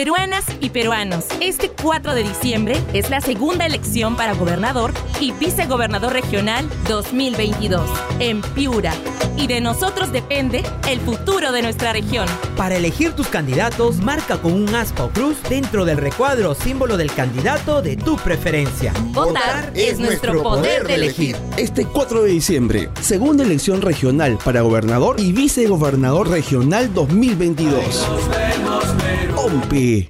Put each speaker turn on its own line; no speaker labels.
Peruanas y peruanos, este 4 de diciembre es la segunda elección para gobernador y vicegobernador regional 2022 en Piura. Y de nosotros depende el futuro de nuestra región.
Para elegir tus candidatos, marca con un aspa o cruz dentro del recuadro símbolo del candidato de tu preferencia.
Votar es nuestro poder de elegir.
Este 4 de diciembre, segunda elección regional para gobernador y vicegobernador regional 2022. OMPI.